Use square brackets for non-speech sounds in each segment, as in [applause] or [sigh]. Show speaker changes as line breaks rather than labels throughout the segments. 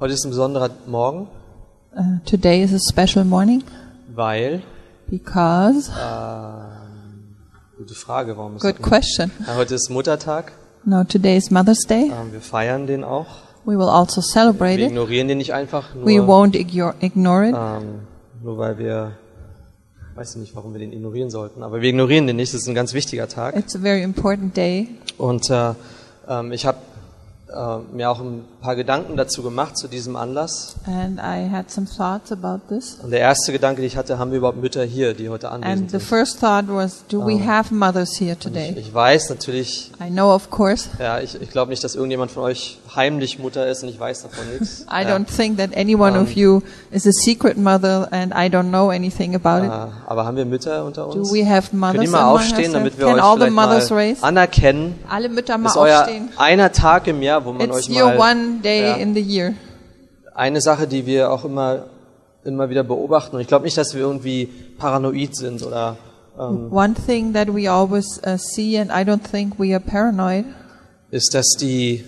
Heute ist ein besonderer Morgen,
Uh, today is a special morning
weil, ähm,
because,
gute Frage, warum ist
good question.
das? Ja, Heute ist Muttertag,
No, today is Mother's Day.
ähm, wir feiern den auch.
We will also celebrate
Wir
it.
ignorieren den nicht einfach,
We
nur,
won't ignore, ignore it.
ähm, nur weil wir, weiß ich nicht, warum wir den ignorieren sollten, aber wir ignorieren den nicht, das ist ein ganz wichtiger Tag.
It's a very important day.
Und äh, ähm, ich habe äh, mir auch ein paar Gedanken dazu gemacht, zu diesem Anlass.
And I had some thoughts about this.
Und der erste Gedanke, den ich hatte, haben wir überhaupt Mütter hier, die heute
And
anwesend
the
sind?
first thought was, do
Oh.
we have mothers here
Und Ich,
today?
ich weiß natürlich,
I know, of course.
ja, ich, ich glaube nicht, dass irgendjemand von euch heimlich Mutter ist und ich weiß davon nichts.
[laughs] I
ja.
don't think that any one
Um,
of you is a secret mother and I don't know anything about it.
Ah, Aber haben wir Mütter unter
Do
uns?
we have
Können
mothers
die mal
among
aufstehen, damit
ourselves?
wir
Can all
euch
the
vielleicht
mothers
mal
raise?
anerkennen?
Alle Mütter mal
Das ist euer
aufstehen.
einer Tag im Jahr, wo man
It's
euch mal...
your one day
Ja.
in the year.
eine Sache, die wir auch immer, immer wieder beobachten. Und ich glaube nicht, dass wir irgendwie paranoid sind oder ähm,
One thing that we always uh, see, and I don't think we are paranoid,
ist, dass die,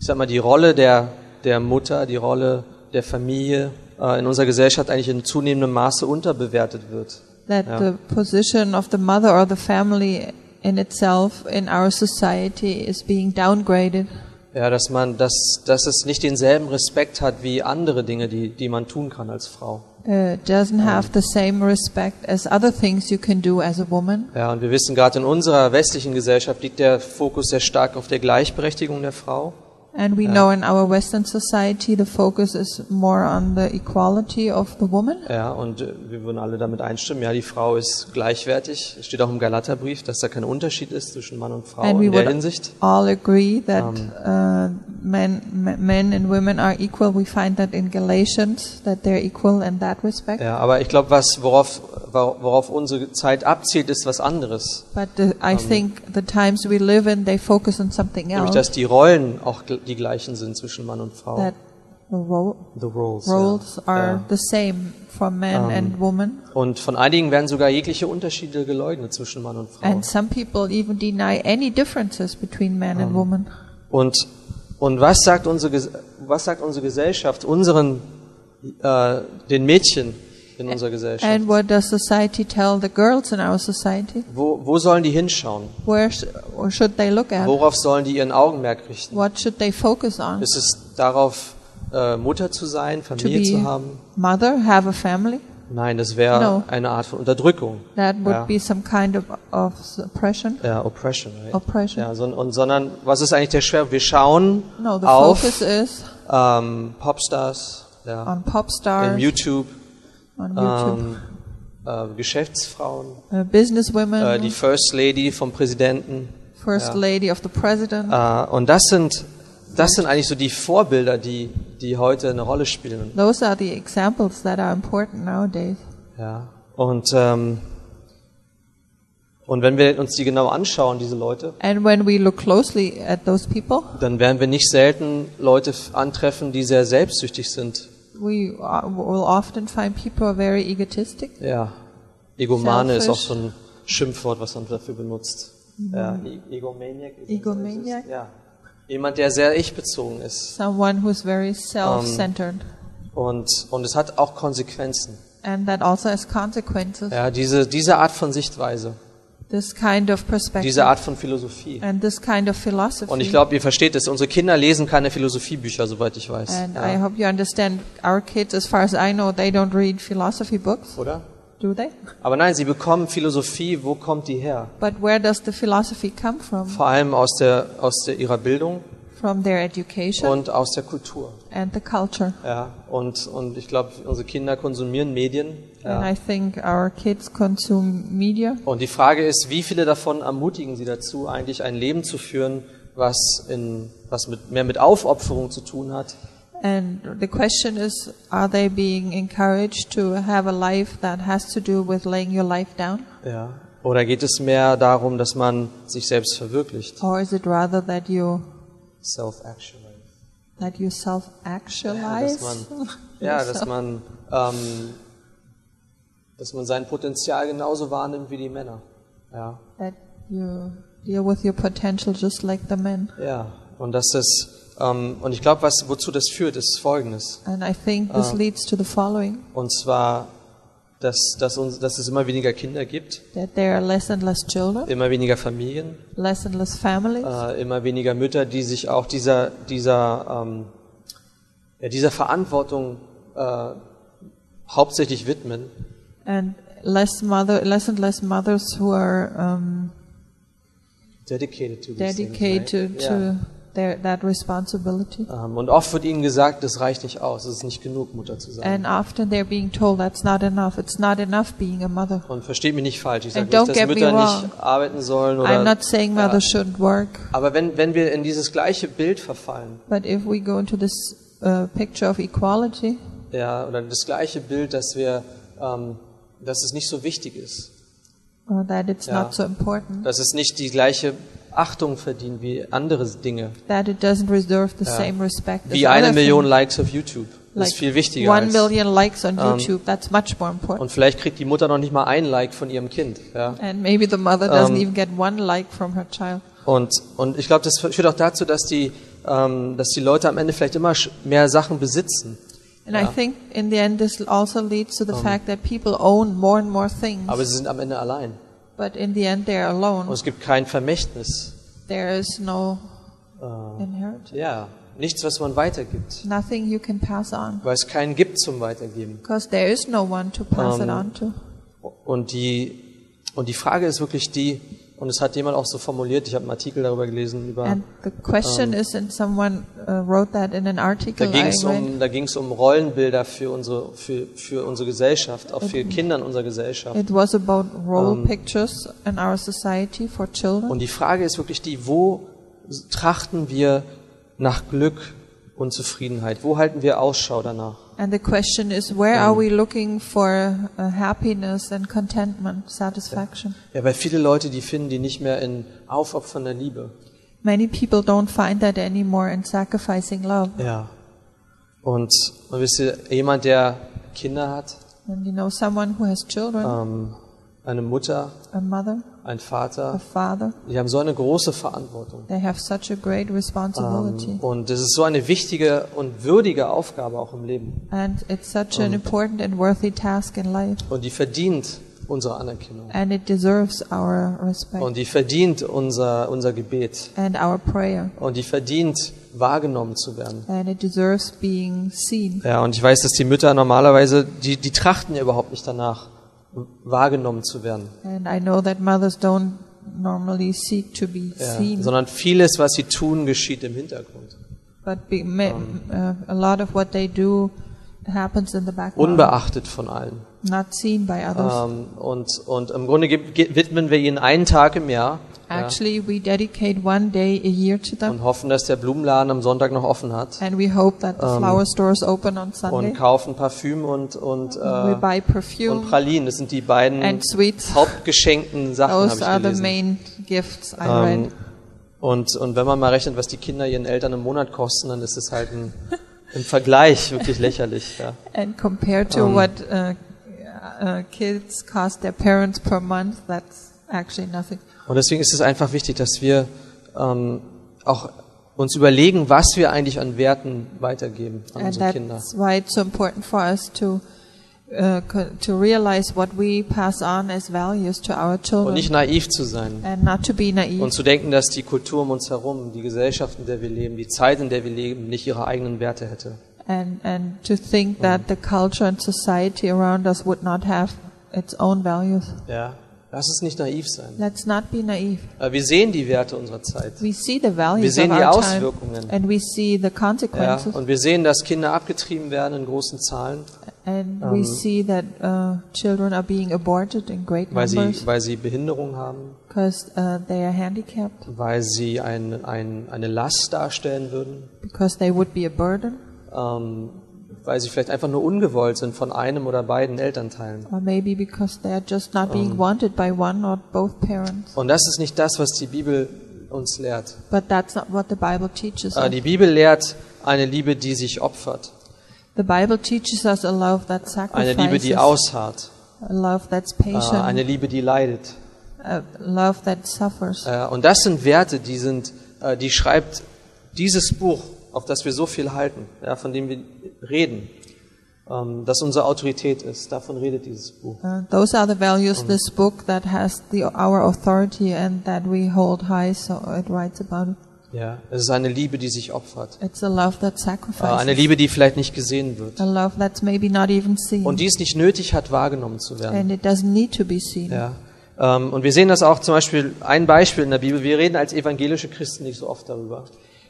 ich sag mal, die Rolle der, der Mutter, die Rolle der Familie äh, in unserer Gesellschaft eigentlich in zunehmendem Maße unterbewertet wird.
that the position of the mother or the family in itself in our society is being downgraded.
Ja, dass man, dass, dass es nicht denselben Respekt hat wie andere Dinge, die, die man tun kann als Frau.
Uh, doesn't have the same respect as other things you can do as a woman.
Ja, und wir wissen, gerade in unserer westlichen Gesellschaft liegt der Fokus sehr stark auf der Gleichberechtigung der Frau.
And we know in our Western society the focus is more on the equality of the woman.
Ja, und äh, wir würden alle damit einstimmen. Ja, die Frau ist gleichwertig. Es steht auch im Galaterbrief, dass da kein Unterschied ist zwischen Mann und Frau
And we
in der
would-
Hinsicht.
All agree that uh, men, me- men and women are equal. We find that in Galatians that they're equal in that respect.
Ja, aber ich glaube, was worauf wor- worauf unsere Zeit abzielt, ist was anderes.
But the, I think the times we live in, they focus on something
Nämlich,
else.
dass die Rollen auch gl- die gleichen sind zwischen Mann und Frau.
That the ro-
The roles. ja.
roles are
Ja.
the same for men and women.
Und von einigen werden sogar jegliche Unterschiede geleugnet zwischen Mann und Frau.
And some people even deny any differences between men and women.
Und, und was, sagt unsere, Ges- was sagt unsere Gesellschaft unseren äh, den Mädchen in unserer Gesellschaft?
And what does society tell the girls in our society?
Wo, wo sollen die hinschauen?
Where sh- or should they look at?
Worauf sollen die ihren Augenmerk richten?
What should they focus on?
Ist es darauf, äh, Mutter zu sein,
To
Familie
be
zu haben?
mother, have a family?
Nein, das wäre
No.
eine Art von Unterdrückung.
That would
Ja.
be some kind of, of suppression.
Ja, Oppression. Right?
Oppression.
Ja, so, und, sondern, was ist eigentlich der Schwerpunkt? Wir schauen
No, the focus
auf
is
ähm, Popstars, ja,
on pop
im
stars,
YouTube,
on YouTube.
ähm, äh, Geschäftsfrauen,
Uh, businesswomen,
äh, die First Lady vom Präsidenten.
first
ja.
lady of the president.
Äh, und das sind, das sind eigentlich so die Vorbilder, die, die heute eine Rolle spielen.
Those are the examples that are important nowadays.
Ja, und, ähm, und wenn wir uns die genau anschauen, diese Leute,
And when we look closely at those people,
dann werden wir nicht selten Leute f- antreffen, die sehr selbstsüchtig sind,
we uh, will often find people are very egotistic.
Ja, Egomane ist auch
Selfish. Mhm.
so ein Schimpfwort, was man dafür benutzt. Ja, E- Egomaniac. ist-
Egomaniac?
Ja. Jemand, der sehr ich-bezogen ist.
Someone who's very self-centered,
Und, und es hat auch Konsequenzen.
and that also has consequences.
Ja, diese, diese Art von Sichtweise,
This kind of perspective
diese Art von Philosophie.
and this kind of philosophy.
Und ich glaube, ihr versteht es. Unsere Kinder lesen keine Philosophiebücher, soweit ich weiß.
and I
ja.
hope you understand. Our kids, as far as I know, they don't read philosophy books,
Oder?
do they?
Aber nein, sie bekommen Philosophie, wo kommt die her?
But where does the philosophy come from?
Vor allem aus, der, aus der, ihrer Bildung
From their education
und aus der Kultur.
and the culture.
Ja, und, und ich glaube, unsere Kinder konsumieren Medien.
And
Ja.
I think our kids consume media.
Und die Frage ist, wie viele davon ermutigen sie dazu, eigentlich ein Leben zu führen, was, in, was mit, mehr mit Aufopferung zu tun hat
And the question is are they being encouraged to have a life that has to do with laying your life down?
ja. Oder geht es mehr darum, dass man sich selbst verwirklicht?
Or is it rather that you
Self-actualized.
that you self actualize? [laughs]
man- Ja, dass man, ähm, dass man sein Potenzial genauso wahrnimmt wie die Männer. Ja,
that you deal with your potential just like the men.
ja. Und dass es, Ähm, und ich glaube, was, wozu das führt, ist Folgendes.
And I think this
Ah.
leads to the following
Und zwar, dass, dass, uns, dass es immer weniger Kinder gibt,
that there are less and less children,
immer weniger Familien,
less and less families,
äh, immer weniger Mütter, die sich auch dieser, dieser, ähm, ja, dieser Verantwortung äh, hauptsächlich widmen.
and less mother, less and less mothers who are um,
Dedicated to these things,
dedicated
right?
to their, that responsibility.
Ja. Ähm, und oft wird ihnen gesagt, das reicht nicht aus, es ist nicht genug, Mutter zu sein.
And often they're being told that's not enough. It's not enough being a mother.
und versteht mich nicht falsch, ich sage
And don't
nicht, dass
get me
Mütter
wrong.
nicht arbeiten sollen
I'm
oder
not saying mothers shouldn't work,
Aber wenn, wenn wir in dieses gleiche Bild verfallen,
but if we go into this uh, picture of equality,
ja, oder das gleiche Bild, dass wir, ähm, dass es nicht so wichtig ist,
or uh, that it's
Ja.
not so important,
dass es nicht die gleiche Achtung verdient wie andere Dinge,
that it doesn't deserve the same respect. as
wie eine
other
Million
things.
Likes auf YouTube, Das ist viel wichtiger
one
als,
million likes on
Ähm,
YouTube, that's much more important.
und vielleicht kriegt die Mutter noch nicht mal ein Like von ihrem Kind, ja.
And maybe the mother doesn't
Ähm,
even get one like from her child.
Und, und ich glaube, das führt auch dazu, dass die, ähm, dass die Leute am Ende vielleicht immer sch- mehr Sachen besitzen.
And I think in the end, this also leads to the fact that people own more and more things,
Um, Aber sie sind am Ende allein.
but in the end, they're
Und
alone.
es gibt kein Vermächtnis.
There is no inheritance,
Ja, nichts, was man weitergibt.
nothing you can pass on,
weil es keinen gibt zum Weitergeben.
because there is no one to pass it
Ähm,
on to.
Und die, und die Frage ist wirklich die, und es hat jemand auch so formuliert, ich habe einen Artikel darüber gelesen, über,
And the question is, and someone uh, wrote that in an
da
article
ging
I
es
read.
um, da ging's um Rollenbilder für unsere, für, für unsere Gesellschaft, auch für Kinder in unserer Gesellschaft.
It was about role pictures in our society for children.
Und die Frage ist wirklich die, wo trachten wir nach Glück und Zufriedenheit? Wo halten wir Ausschau danach?
And the question is, where are we looking for uh, happiness and contentment, satisfaction?
Ja, weil viele Leute die finden, die nicht mehr in aufopfernder Liebe.
Many people don't find that anymore in sacrificing love.
Ja. Und, und wisst ihr, jemand, der Kinder hat,
And you know, someone who has children,
ähm, eine Mutter,
a mother,
ein
a
Vater,
father,
die haben so eine große Verantwortung.
they have such a great responsibility.
Ähm, und das ist so eine wichtige und würdige Aufgabe auch im Leben.
and it's such an important and worthy task in life.
Und die verdient unsere Anerkennung.
And it deserves our respect
Und die verdient unser, unser Gebet.
and our prayer.
Und die verdient wahrgenommen zu werden.
And it deserves being seen.
Ja, und ich weiß, dass die Mütter normalerweise, die, die trachten ja überhaupt nicht danach, wahrgenommen zu werden.
And I know that mothers don't normally seek to be
Ja,
seen.
sondern vieles, was sie tun, geschieht im Hintergrund.
But be, ma- uh, a lot of what they do happens in the background,
Unbeachtet von allen.
not seen by others.
Ähm, und, und im Grunde gib- ge- widmen wir ihnen einen Tag im Jahr ja,
Actually, we dedicate one day a year to them,
und hoffen, dass der Blumenladen am Sonntag noch offen hat
and we hope that the flower stores open on
und
Sunday.
kaufen Parfüm und, und, äh,
we buy
und
perfume
Pralinen. Das sind die beiden
and sweets.
hauptgeschenkten Sachen,
Those are
habe ich gelesen.
the main gifts I
Ähm,
read.
und, und wenn man mal rechnet, was die Kinder ihren Eltern im Monat kosten, dann ist es halt ein, im Vergleich wirklich lächerlich. Ja.
And compared to
ähm,
what uh, uh, kids cost their parents per month, that's actually nothing.
Und deswegen ist es einfach wichtig, dass wir ähm, auch uns überlegen, was wir eigentlich an Werten weitergeben an
and
unsere Kinder.
that's why it's so important for us to uh, co- to realize what we pass on as values to our
Und
children,
nicht naiv zu sein.
and not to be naive,
Und zu denken, dass die Kultur um uns herum, die Gesellschaft, in der wir leben, die Zeit, in der wir leben, nicht ihre eigenen Werte hätte.
and and to think
Mhm.
that the culture and society around us would not have its own values.
Ja. Lass uns nicht naiv sein.
Let's not be naive.
Aber wir sehen die Werte unserer Zeit.
We see the values
Wir sehen
of
die
our
Auswirkungen.
time, and we see
Ja.
the consequences,
Und wir sehen, dass Kinder abgetrieben werden in großen Zahlen,
and we see that uh, children are being aborted in great
weil
numbers
sie, weil sie Behinderung haben,
because uh, they are handicapped,
weil sie ein, ein, eine Last darstellen würden.
because they would be a burden.
ähm, weil sie vielleicht einfach nur ungewollt sind von einem oder beiden Elternteilen.
Or maybe because they're just not being wanted by one or both parents.
Und das ist nicht das, was die Bibel uns lehrt.
But that's not what the Bible teaches
Äh,
us.
die Bibel lehrt eine Liebe, die sich opfert,
The Bible teaches us a love that
eine
sacrifices,
Liebe, die ausharrt,
a love that's
äh,
patient,
eine Liebe, die leidet.
a love that suffers.
Äh, und das sind Werte, die sind, äh, die schreibt dieses Buch auf das wir so viel halten, ja, von dem wir reden, ähm, das unsere Autorität ist. Davon redet dieses Buch.
Uh, those are the values this book that has the, our authority and that we hold high, so it writes about it.
Ja, es ist eine Liebe, die sich opfert.
It's a love that
Äh, Eine
sacrifices,
Liebe, die vielleicht nicht gesehen wird.
a love that's maybe not even seen,
Und die es nicht nötig hat, wahrgenommen zu werden.
and it doesn't need to be seen.
Ja. Ähm, Und wir sehen das auch zum Beispiel, ein Beispiel in der Bibel, wir reden als evangelische Christen nicht so oft darüber.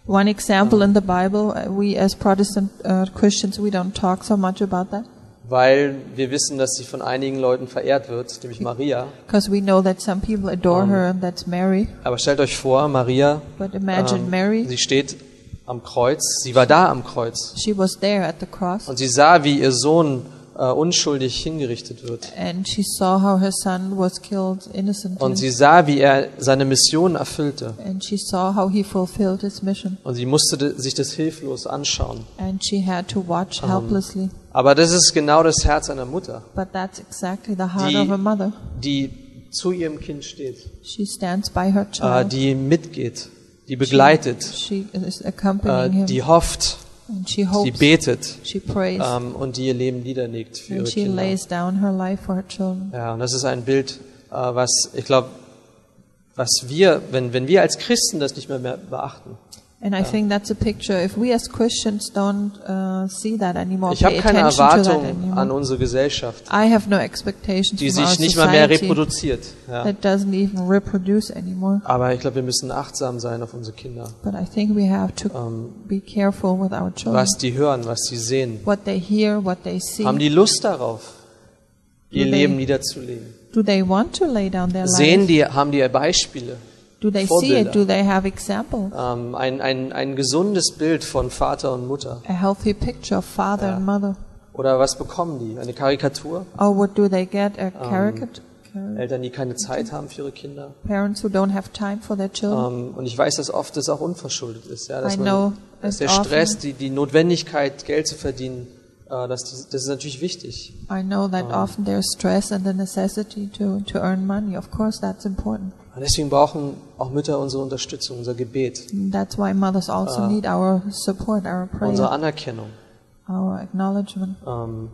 One example in the Bible, uh, we as Protestant uh, Christians, we don't talk so much about that
weil wir wissen, dass sie von einigen Leuten verehrt wird, nämlich Maria.
because we know that some people
Um,
adore her, and that's Mary.
Aber stellt euch vor, Maria,
But imagine
ähm,
Mary,
sie steht am Kreuz, sie war da am Kreuz
she was there at the cross,
und sie sah, wie ihr Sohn äh, unschuldig hingerichtet wird
and she saw how her son was
und
killed innocently,
sie sah, wie er seine Mission erfüllte
and she saw how he fulfilled his mission,
und sie musste de- sich das hilflos anschauen.
and she had to watch
Um,
helplessly.
Aber das ist genau das Herz einer Mutter,
But that's exactly the heart
Die-
of a mother.
die zu ihrem Kind steht,
She stands by her
äh,
child.
die mitgeht, die begleitet,
She is
äh,
accompanying him,
die hofft,
and she
die
hopes,
betet
she prays,
ähm, und die ihr Leben niederlegt für ihre
and she
Kinder.
lays down her life for her children.
Ja, und das ist ein Bild, äh, was ich glaube, was wir, wenn, wenn wir als Christen das nicht mehr, mehr beachten.
And I think that's a picture. If we as Christians don't uh, see that anymore,
Ich habe
pay
keine
attention to that
Erwartung an
anymore,
unsere Gesellschaft,
I have no expectations
die
from our
sich nicht mal mehr
society
reproduziert. Ja.
that doesn't even reproduce anymore.
Aber ich glaube, wir müssen achtsam sein auf unsere Kinder,
But I think we have to be careful with our children.
Um, was die hören, was sie sehen.
What they hear, what they see.
Haben die Lust darauf, ihr
Today.
Leben niederzulegen?
Do they want to lay down their
Sehen
lives?
die, haben die Beispiele?
Do they see
Vorbilder.
it? Do they have example?
Ähm, ein, ein, ein gesundes Bild von Vater und Mutter.
A healthy picture of father and mother.
Oder was bekommen die? Eine Karikatur?
Or what do they get? A
Um,
caricature?
Eltern, die keine Zeit haben für ihre Kinder.
Parents who don't have time for their children.
Ähm, und ich weiß, dass oft das auch unverschuldet ist. Ja, dass,
Mhm. I
man,
know
dass
it's
der
often-
Stress, die, die Notwendigkeit, Geld zu verdienen, äh, dass die, das ist natürlich wichtig.
I know that
um,
often there's stress and the necessity to, to earn money. Of course, that's important.
Und deswegen brauchen auch Mütter unsere Unterstützung, unser Gebet,
And That's why mothers
Uh,
also need our support, our
unsere
prayer,
Anerkennung.
our acknowledgement.
Ähm,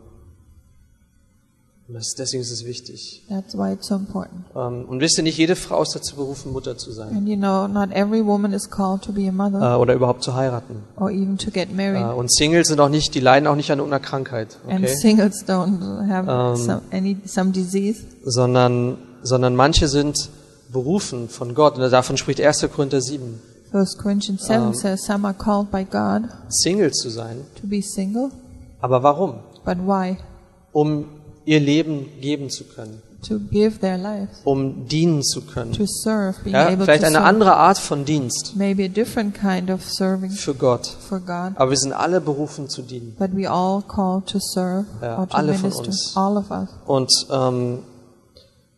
und das, deswegen ist es wichtig.
That's why it's so important.
Ähm, und wisst ihr, nicht jede Frau ist dazu berufen, Mutter zu sein.
And you know, not every woman is called to be a mother
Äh, oder überhaupt zu heiraten.
or even to get
Äh,
married.
und Singles sind auch nicht, die leiden auch nicht an irgendeiner Krankheit.
And
Okay?
singles don't have
Um,
some, any some disease.
sondern, sondern manche sind berufen von Gott. Und davon spricht 1. Korinther 7.
First Corinthians
um,
seven says some are called by God
Single zu sein.
to be single,
Aber warum?
but why?
Um ihr Leben geben zu können.
To give their lives,
Um dienen zu können.
to serve, being
Ja,
able
vielleicht
to
eine
serve.
andere Art von Dienst
Maybe a different kind of serving
für Gott.
for God.
Aber wir sind alle berufen zu dienen.
But we all called to serve
Ja,
or to
Uh, alle von
minister.
uns.
All of us.
Und, ähm,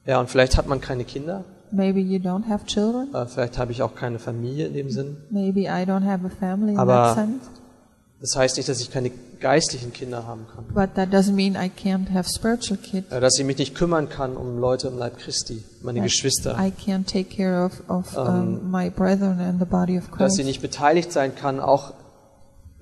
ja, und vielleicht hat man keine Kinder.
Maybe you don't have children.
Äh, vielleicht habe ich auch keine Familie in dem Sinn.
Maybe I don't have a family in
Aber-
that sense.
Das heißt nicht, dass ich keine geistlichen Kinder haben kann.
But that doesn't mean I can't have spiritual kids.
Äh, dass ich mich nicht kümmern kann um Leute im Leib Christi, meine Geschwister. Ähm,
I can't take care of, of um, my brethren and the body of
dass
Christ.
sie nicht beteiligt sein kann, auch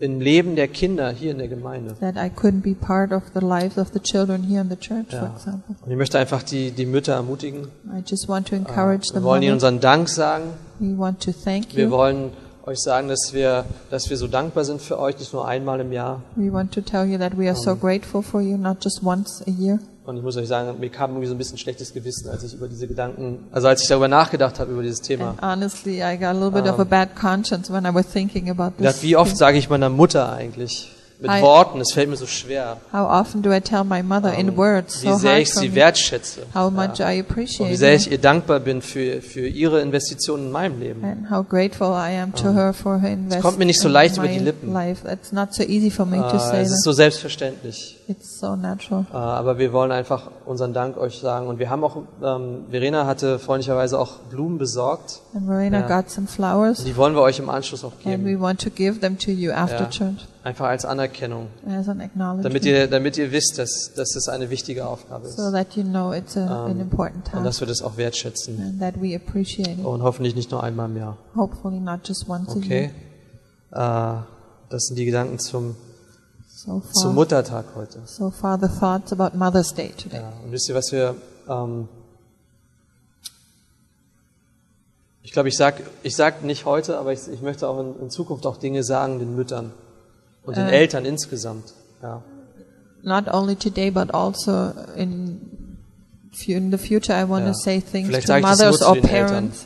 im Leben der Kinder hier in der Gemeinde.
That I couldn't be part of the lives of the children here in the church, for
Ja.
example.
Und ich möchte einfach die, die Mütter ermutigen.
I just want to encourage
Äh, Wir
them.
wollen ihnen unseren Dank sagen.
We want to thank
Wir
you.
wollen euch sagen, dass wir, dass wir so dankbar sind für euch, nicht nur einmal im Jahr.
We want to tell you that we are so grateful for you, not just once a year.
Und ich muss euch sagen, mir kam irgendwie so ein bisschen schlechtes Gewissen, als ich über diese Gedanken, also als ich darüber nachgedacht habe, über dieses Thema.
And honestly, I got a little bit of a
Um,
bad conscience when I was thinking about
Ich dachte,
this.
wie oft sage ich meiner Mutter eigentlich? Mit
Hi.
Worten, es fällt mir so schwer,
How often do I tell my mother
Um,
in words
wie
so
sehr
hard
ich
for
sie
me,
wertschätze.
how much I
Und wie
appreciate
sehr
her
ich ihr dankbar bin für, für ihre Investition in meinem Leben.
and how grateful I am
Um,
to her for her investment
kommt mir nicht so
in
leicht über
my
die Lippen.
life. It's not so easy for me to
Äh,
say
es ist
that.
so selbstverständlich.
It's so natural.
Äh, aber wir wollen einfach unseren Dank euch sagen. Und wir haben auch, ähm, Verena hatte freundlicherweise auch Blumen besorgt.
And Verena
Ja.
got some flowers
Die wollen wir euch im Anschluss auch
and we
geben.
want to give them to you after
Ja.
church
Einfach als Anerkennung.
as an acknowledgement
Damit ihr, damit ihr wisst, dass, dass das eine wichtige Aufgabe ist.
so that you know it's a,
Um,
an important
Und
task
dass wir das auch wertschätzen.
and that we
Oh.
appreciate it.
Und hoffentlich nicht nur einmal im Jahr.
Hopefully not just once a year.
Okay? Äh, Das sind die Gedanken zum,
So far,
zum Muttertag heute.
so far the thoughts about Mother's Day today.
Ja, und wisst ihr, was wir. Ähm, ich glaube, ich sag, ich sag nicht heute, aber ich, ich möchte auch in, in Zukunft auch Dinge sagen den Müttern und den Eltern insgesamt. Ja.
Not only today, but also in fu- in the future, I want
Ja.
to say things
Vielleicht
to
sage ich das nur
mothers
zu
or
den Eltern.
parents.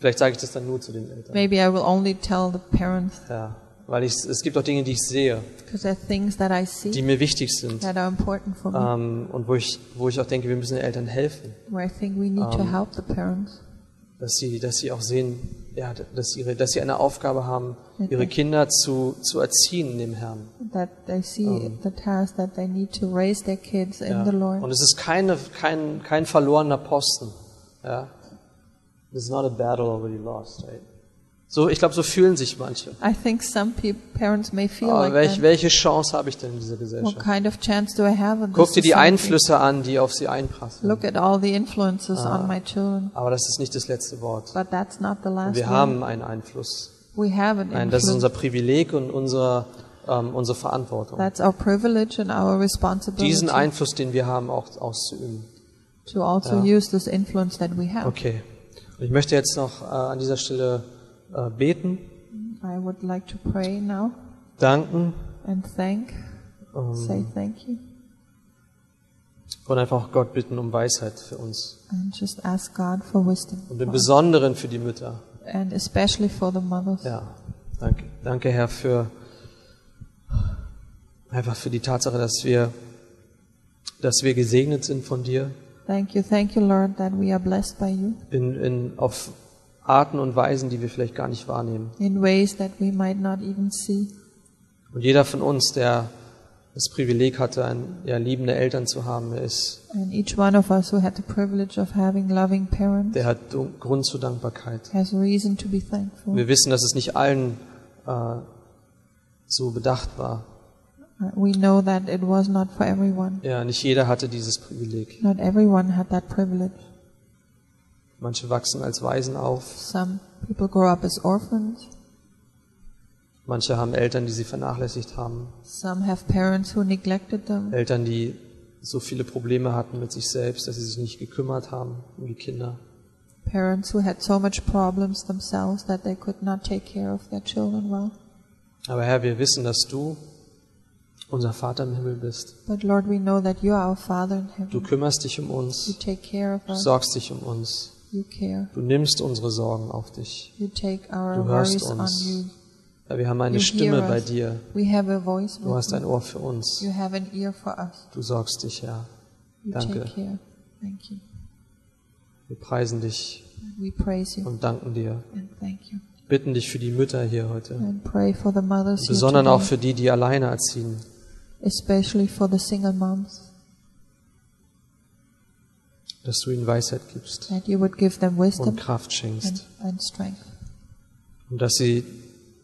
Vielleicht sage ich das dann nur zu den Eltern.
Maybe I will only tell the parents
Ja. Weil ich, es gibt auch Dinge, die ich sehe,
because there are things that I see
die mir wichtig sind
that are important for me,
ähm, und wo ich, wo ich auch denke, wir müssen den Eltern helfen,
where I think we need to
Um,
help the parents.
dass sie, dass sie auch sehen, ja, dass, ihre, dass sie eine Aufgabe haben, ihre
Okay.
Kinder zu, zu erziehen in dem Herrn.
That they see the task that they need to raise their kids in
Ja.
the Lord.
um, Und es ist keine, kein, kein verlorener Posten. Ja? It's not a battle already lost. Right? So, ich glaube, so fühlen sich manche.
I think some peop parents may feel
Aber
like
welch,
that.
Ah, welche Chance habe ich denn in dieser
What
Gesellschaft?
kind of chance do I have in
Guck
this
dir die
society?
Einflüsse an, die auf sie einprasseln.
Look at all the influences
Ah.
on my children.
Aber das ist nicht das letzte Wort.
But that's not the last
Wir
one.
haben einen Einfluss.
We have an
Nein, das ist
influence.
unser Privileg und unsere, ähm, unsere Verantwortung.
That's our privilege and our
Diesen
responsibility
Einfluss, den wir haben, auch auszuüben.
to also use this influence that we have.
Okay. Und ich möchte jetzt noch äh, an dieser Stelle äh, beten,
I would like to pray now
danken. ähm,
and thank, say
Mm.
thank you,
Und einfach auch Gott bitten um Weisheit für uns.
and just ask God for wisdom.
Und im Besonderen für die Mütter.
And especially for the mothers.
Ja, danke. Danke, Herr, für einfach für die Tatsache, dass wir, dass wir gesegnet sind von dir
Thank you, thank you, Lord, that we are blessed by you
in, in, auf Arten und Weisen, die wir vielleicht gar nicht wahrnehmen.
in ways that we might not even see.
Und jeder von uns, der das Privileg hatte, ein, ja, liebende Eltern zu haben, der ist,
And each one of us who had the privilege of having loving parents
der hat Dun- Grund zur Dankbarkeit.
has reason to be thankful.
Wir wissen, dass es nicht allen äh, so bedacht war.
Uh, We know that it was not for everyone.
Ja, nicht jeder hatte dieses Privileg.
Not everyone had that privilege.
Manche wachsen als Waisen auf,
Some people grow up as orphans.
manche haben Eltern, die sie vernachlässigt haben,
Some have parents who neglected them.
Eltern, die so viele Probleme hatten mit sich selbst, dass sie sich nicht gekümmert haben um die Kinder.
Parents who had so much problems themselves that they could not take care of their children well.
Aber Herr, wir wissen, dass du unser Vater im Himmel bist.
But Lord, we know that you are our Father in
Du
heaven.
kümmerst dich um
You
uns,
take care of
du
us.
sorgst dich um uns,
You care.
du nimmst unsere Sorgen auf dich.
You take our
Du hörst
worries on
uns.
you.
Herr, wir haben eine
You
Stimme
hear us.
bei dir,
We have a voice
du
with
hast ein
you.
Ohr für uns,
You have an ear for us.
du sorgst dich, Herr.
You
Danke.
take care. Thank you.
Wir preisen dich
We praise you
und danken dir,
and thank you.
bitten dich für die Mütter hier heute.
And pray for the mothers here
sondern auch
today,
für die, die alleine erziehen.
especially for the single moms,
dass du ihnen Weisheit gibst
that you would give them wisdom
und Kraft
and,
schenkst
and strength,
und dass sie,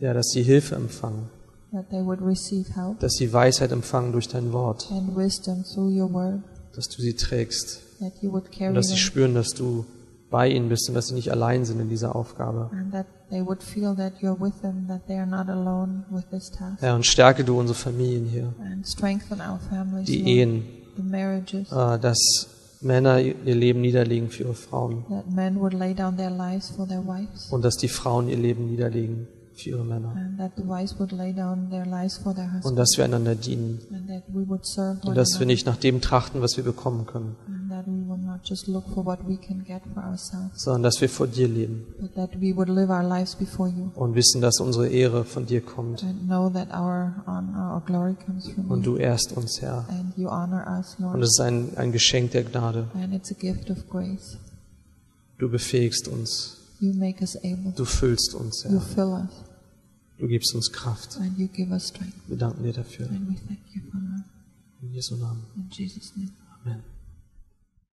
ja, dass sie Hilfe empfangen,
that they would receive help
dass sie Weisheit empfangen durch dein Wort,
and wisdom through your word,
dass du sie trägst
that you would
und
carry
dass sie
them,
spüren, dass du bei ihnen bist und dass sie nicht allein sind in dieser Aufgabe.
and that they would feel that you're with them, that they are not alone with this task.
Herr, und stärke du unsere Familien hier,
And strengthen our families,
die
Lord,
Ehen,
the marriages,
äh, dass Männer ihr Leben niederlegen für ihre Frauen
that men would lay down their lives for their wives,
und dass die Frauen ihr Leben niederlegen für ihre Männer
and that the wives would lay down their lives for their
und
husbands,
dass wir einander dienen
and that we would serve
und
one
dass wir
another.
nicht nach dem trachten, was wir bekommen können,
And that we will not just look for what we can get for ourselves,
sondern dass wir vor dir leben.
but that we would live our lives before you
und wissen, dass unsere Ehre von dir kommt
and know that our honor, our glory comes from
und
you.
du ehrst uns, Herr.
And you honor us,
Und
Lord,
es ist ein, ein Geschenk der Gnade.
and it's a gift of grace.
Du befähigst uns,
You make us able,
du füllst uns,
you
Herr.
fill us,
Du gibst uns Kraft.
and you give us strength.
Wir danken dir dafür.
And we thank you for that.
In Jesu Namen.
In Jesus' name.
Amen.